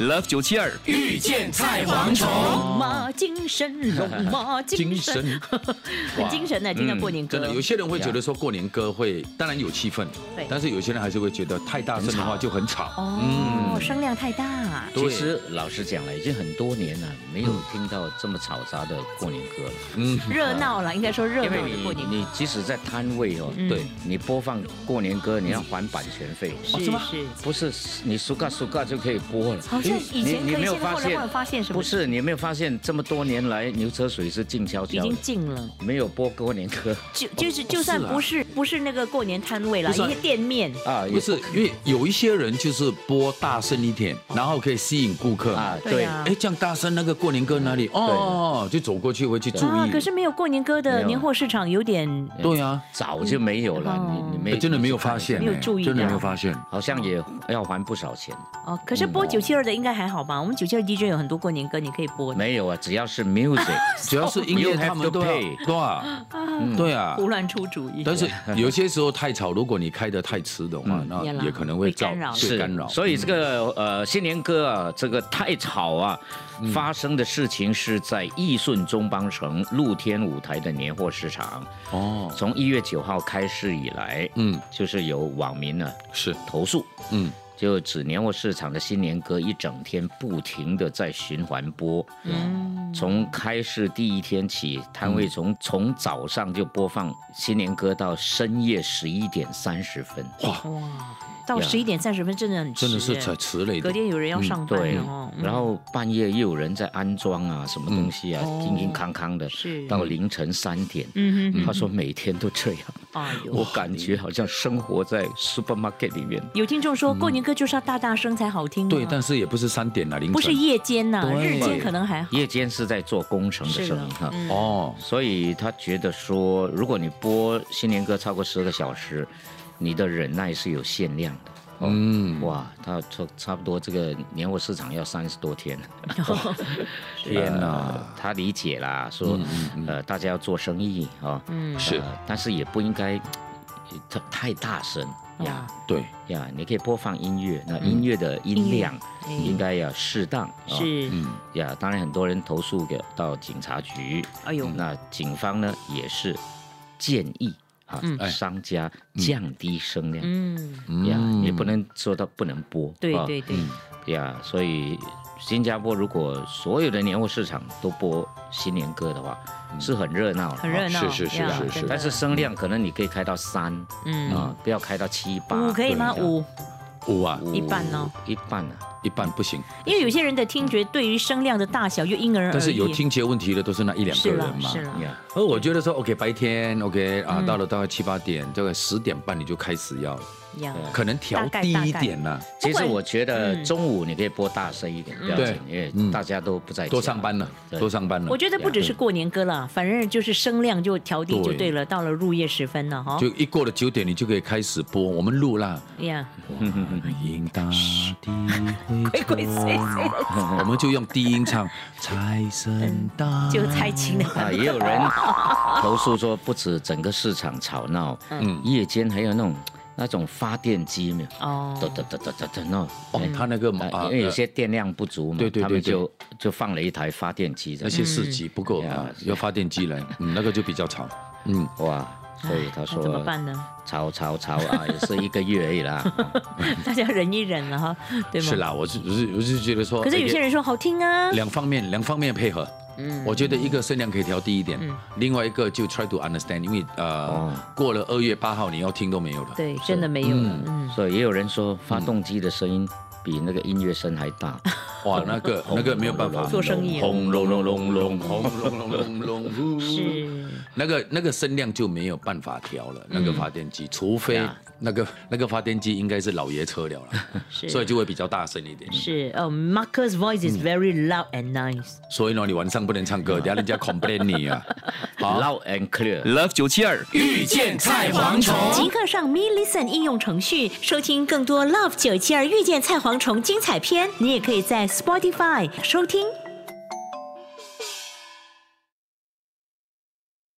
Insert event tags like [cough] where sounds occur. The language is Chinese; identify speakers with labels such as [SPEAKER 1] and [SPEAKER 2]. [SPEAKER 1] Love 九七二
[SPEAKER 2] 遇见菜蝗虫。
[SPEAKER 3] 龙马精神，龙马精 [laughs] 神，很精神的，听到过年歌，
[SPEAKER 2] 真的，有些人会觉得说过年歌会，当然有气氛
[SPEAKER 3] 对，
[SPEAKER 2] 但是有些人还是会觉得太大声的话就很吵。
[SPEAKER 3] 哦，声量太大，
[SPEAKER 2] 对
[SPEAKER 4] 其实老实讲了，已经很多年了，没有听到这么嘈杂的过年歌了。
[SPEAKER 2] 嗯，
[SPEAKER 3] 热闹了，应该说热
[SPEAKER 4] 因
[SPEAKER 3] 闹
[SPEAKER 4] 为
[SPEAKER 3] 的过
[SPEAKER 4] 你
[SPEAKER 3] 年歌，
[SPEAKER 4] 你即使在摊位哦，
[SPEAKER 3] 嗯
[SPEAKER 4] 对你播放过年歌，你要还版权费。
[SPEAKER 3] 是是，
[SPEAKER 4] 不是你苏嘎苏嘎就可以播了，
[SPEAKER 3] 好像以前
[SPEAKER 4] 你
[SPEAKER 3] 可以
[SPEAKER 4] 没有
[SPEAKER 3] 现在
[SPEAKER 4] 发
[SPEAKER 3] 后来
[SPEAKER 4] 现
[SPEAKER 3] 后来发现什么
[SPEAKER 4] 不是你没有发现这么多年来牛车水是静悄
[SPEAKER 3] 已
[SPEAKER 4] 悄的
[SPEAKER 3] 经，禁了。
[SPEAKER 4] 没有播过年歌
[SPEAKER 3] 就就是，就算不是不是那个过年摊位啦，
[SPEAKER 2] 不是啊
[SPEAKER 3] 一些店面，
[SPEAKER 4] 啊，也
[SPEAKER 2] 不是，因为有一些人就是播大声一点，然后可以吸引顾客。
[SPEAKER 4] 啊，
[SPEAKER 3] 对
[SPEAKER 4] 对
[SPEAKER 3] 哦啊
[SPEAKER 2] 哎，这样大声那个过年歌哪里？哦，就走过去会去注
[SPEAKER 3] 啊，
[SPEAKER 2] 意
[SPEAKER 3] 可。是没有过年歌
[SPEAKER 4] 没
[SPEAKER 3] 的
[SPEAKER 4] 有
[SPEAKER 3] 年货市场有点
[SPEAKER 2] 对啊，
[SPEAKER 4] 早就没有了，
[SPEAKER 3] 嗯
[SPEAKER 4] 你你
[SPEAKER 2] 哎
[SPEAKER 4] 没
[SPEAKER 2] 真的没有发现，哎
[SPEAKER 3] 没有注意啊到
[SPEAKER 2] 真的没有发
[SPEAKER 3] [laughs]
[SPEAKER 2] 现。
[SPEAKER 4] 好像也要还不少钱。
[SPEAKER 3] 哦，可是播九七二的应该还好吧？我们九七二 DJ 有很多过年歌，你可以播的。
[SPEAKER 4] 没有啊，只要
[SPEAKER 3] [laughs]
[SPEAKER 4] 是 music，
[SPEAKER 2] 只要是音乐，
[SPEAKER 4] You have
[SPEAKER 2] 他们都
[SPEAKER 4] to
[SPEAKER 2] 要
[SPEAKER 4] pay
[SPEAKER 2] 对啊，对啊。
[SPEAKER 3] 胡乱出主意。
[SPEAKER 2] 但是有些时候太吵，如果你开得太迟的话，那
[SPEAKER 3] 嗯也啦
[SPEAKER 2] 也可能会造
[SPEAKER 3] 会干扰
[SPEAKER 2] 对干扰。嗯
[SPEAKER 4] 所以这个呃新年歌啊，这个太吵啊，发生的事情是在义顺中邦城露天舞台的年货市场，
[SPEAKER 2] 哦，
[SPEAKER 4] 从一月九号开始以来，
[SPEAKER 2] 嗯，
[SPEAKER 4] 就是有网民呢
[SPEAKER 2] 是，
[SPEAKER 4] 投诉，
[SPEAKER 2] 嗯，
[SPEAKER 4] 就指年货市场的新年歌一整天不停的在循环播，
[SPEAKER 3] 嗯，
[SPEAKER 4] 从开市第一天起，摊位从从早上就播放新年歌到深夜十一点三十分，
[SPEAKER 2] 哇，
[SPEAKER 3] 哇，到
[SPEAKER 4] 呀
[SPEAKER 3] 十一点三十分真的很迟
[SPEAKER 2] 真的是
[SPEAKER 3] 哎
[SPEAKER 2] 太迟了一
[SPEAKER 3] 隔
[SPEAKER 2] 点。
[SPEAKER 3] 天有人要上班
[SPEAKER 4] 对
[SPEAKER 3] 了哦，。嗯
[SPEAKER 4] 然后半夜又有人在安装啊，什么东西啊，
[SPEAKER 3] 嗯
[SPEAKER 4] 叮叮康康的，
[SPEAKER 3] 是
[SPEAKER 4] 到凌晨三点。
[SPEAKER 3] 嗯哼
[SPEAKER 4] 他说每天都这样，
[SPEAKER 3] 哼，哎
[SPEAKER 4] 我
[SPEAKER 3] 呦，
[SPEAKER 4] 感觉好像生活在 supermarket 里面。
[SPEAKER 3] 有听众说过年歌就是要大大声才好听啊，
[SPEAKER 2] 嗯对，但是也不是三点了，凌晨。
[SPEAKER 3] 不是夜间呐，
[SPEAKER 2] 对
[SPEAKER 3] 日间可能还好。
[SPEAKER 4] 夜间是在做工程的
[SPEAKER 3] 是
[SPEAKER 4] 声
[SPEAKER 3] 了
[SPEAKER 4] 音哈，
[SPEAKER 3] 嗯
[SPEAKER 2] 哦，
[SPEAKER 4] 所以他觉得说，如果你播新年歌超过十个小时，你的忍耐是有限量的。哦
[SPEAKER 2] 嗯，
[SPEAKER 4] 哇，他差差不多这个年货市场要三十多
[SPEAKER 2] [laughs]
[SPEAKER 4] 天了。
[SPEAKER 2] 天
[SPEAKER 4] 呃
[SPEAKER 2] 哪，嗯
[SPEAKER 4] 他理解啦，说、呃大家要做生意啊，
[SPEAKER 3] 嗯
[SPEAKER 4] 呃
[SPEAKER 2] 是
[SPEAKER 4] 但是也不应该呃太太大声呀
[SPEAKER 3] 啊
[SPEAKER 2] 对，
[SPEAKER 4] 呀，你可以播放音乐，
[SPEAKER 2] 嗯
[SPEAKER 4] 那音乐的音量
[SPEAKER 3] 音乐哎
[SPEAKER 4] 应该要适当啊。
[SPEAKER 3] 是，
[SPEAKER 2] 哦
[SPEAKER 4] 呀，当然很多人投诉给到警察局，
[SPEAKER 3] 哎呦，
[SPEAKER 4] 那警方呢也是建议啊、
[SPEAKER 2] 哎
[SPEAKER 4] 商家降低声量。
[SPEAKER 3] 嗯，
[SPEAKER 4] 呀，
[SPEAKER 2] 嗯
[SPEAKER 4] 也不能说到不能播，
[SPEAKER 3] 对
[SPEAKER 4] 啊
[SPEAKER 3] 对对，
[SPEAKER 4] 呀，所以新加坡如果所有的年货市场都播新年歌的话，
[SPEAKER 2] 嗯
[SPEAKER 4] 是很热闹的，
[SPEAKER 3] 很热
[SPEAKER 4] 啊
[SPEAKER 3] 闹，
[SPEAKER 2] 是是是
[SPEAKER 3] 呀
[SPEAKER 2] 是
[SPEAKER 3] 真
[SPEAKER 2] 是
[SPEAKER 3] 的
[SPEAKER 4] 但是声量可能你可以开到三
[SPEAKER 3] 嗯，
[SPEAKER 4] 啊，不要开到七八。
[SPEAKER 3] 五可以吗？
[SPEAKER 4] 对
[SPEAKER 3] 五
[SPEAKER 2] 五啊，
[SPEAKER 4] 五
[SPEAKER 3] 一半哦，
[SPEAKER 4] 一半啊，
[SPEAKER 2] 一半不行。
[SPEAKER 3] 因为有些人的听觉对于声量的大小又因人而异。
[SPEAKER 2] 但是有听觉问题的都是那一两个
[SPEAKER 3] 是
[SPEAKER 2] 人
[SPEAKER 3] 啦
[SPEAKER 2] 嘛
[SPEAKER 3] 是。啦，嗯
[SPEAKER 4] 呀，
[SPEAKER 2] 而我觉得说，OK，白天 OK 啊，到了大概七八点，大概十点半你就开始要，
[SPEAKER 3] 呀，
[SPEAKER 2] 可能调
[SPEAKER 3] 大概
[SPEAKER 2] 低
[SPEAKER 3] 嗯大
[SPEAKER 2] 一
[SPEAKER 3] 概
[SPEAKER 2] 点了，
[SPEAKER 4] 其实
[SPEAKER 3] 管
[SPEAKER 4] 我觉
[SPEAKER 3] 嗯
[SPEAKER 4] 得中午你可以播大声一点，不要紧，因为
[SPEAKER 2] 嗯
[SPEAKER 4] 大家都不在家
[SPEAKER 2] 多上班了，
[SPEAKER 4] 对
[SPEAKER 2] 多上班了
[SPEAKER 3] 我。觉得不只是过年歌啦，反正就是声量就调低就
[SPEAKER 2] 嗯对
[SPEAKER 3] 对了。到了入夜时分了哈
[SPEAKER 2] 就，一过了九点，你就可以开始播，我们录啦。嗯
[SPEAKER 3] 呀，
[SPEAKER 2] 迎大地
[SPEAKER 3] [laughs] 鬼鬼祟祟的
[SPEAKER 2] 嗯我们就用低音
[SPEAKER 3] [laughs]
[SPEAKER 2] 唱财神到，
[SPEAKER 3] 就猜情了。
[SPEAKER 4] [laughs] 啊，也
[SPEAKER 2] [laughs]
[SPEAKER 4] 有人投诉说，不止整个市场吵闹，嗯，夜间还有那种那种发电机没有，
[SPEAKER 3] 哦
[SPEAKER 4] 哒哒哒哒哒哒那种
[SPEAKER 2] 哦，他那个
[SPEAKER 4] 啊
[SPEAKER 2] 啊，
[SPEAKER 4] 因为有些电量不足嘛，
[SPEAKER 2] 对对对
[SPEAKER 4] 他们就就放了一台发电机在
[SPEAKER 2] 那
[SPEAKER 4] 那
[SPEAKER 2] 些市
[SPEAKER 3] 嗯
[SPEAKER 2] 集不够啊，要发电机
[SPEAKER 3] [laughs]
[SPEAKER 2] 来，嗯，那个就比较吵。嗯，
[SPEAKER 4] 哇，所以他
[SPEAKER 3] 啊那怎么
[SPEAKER 4] 说
[SPEAKER 3] 办呢？ [laughs]
[SPEAKER 4] 吵吵吵
[SPEAKER 2] [laughs]
[SPEAKER 4] 啊，也是一个月而已啦。
[SPEAKER 3] 大家忍一忍了哈，对吗？
[SPEAKER 2] 是。啦，我哎是我是我是觉得说，
[SPEAKER 3] 可是有些人说好听啊，
[SPEAKER 2] 两方面两方面配合。嗯，我觉得一个声量可以调低一点，
[SPEAKER 3] 嗯
[SPEAKER 2] 另外一个就 try to understand，因为
[SPEAKER 3] 哦
[SPEAKER 2] 呃，过了二月八号你要听都没有了。
[SPEAKER 3] 对，真的没有了。嗯，
[SPEAKER 4] 所以也有人说，发动机的声音比那个音乐声还大。
[SPEAKER 2] 嗯
[SPEAKER 3] [laughs]
[SPEAKER 2] 哇，那个那个没有办法，
[SPEAKER 3] 做生意
[SPEAKER 2] 轰隆隆隆
[SPEAKER 3] [laughs]
[SPEAKER 2] 隆轰隆隆隆隆轰，
[SPEAKER 3] 是嗯
[SPEAKER 2] 那个那个声量就没有办法调了，那个发电机，除非
[SPEAKER 4] 呀
[SPEAKER 2] 那个那个发电机应该是老爷车了啦，
[SPEAKER 3] [laughs] 是，
[SPEAKER 2] 所以就会比较大声一点。
[SPEAKER 3] 是哦，Marcus' voice is very loud and nice。
[SPEAKER 2] 所以呢，你晚上不能唱歌，等下人家 complain 你
[SPEAKER 1] [laughs]
[SPEAKER 2] 啊。
[SPEAKER 4] Loud and clear。
[SPEAKER 1] Love 九七二
[SPEAKER 2] 遇见菜蝗虫，
[SPEAKER 3] 即刻上 Me Listen 应用程序收听更多 Love 九七二遇见菜蝗虫精彩片，你也可以在 Spotify 收听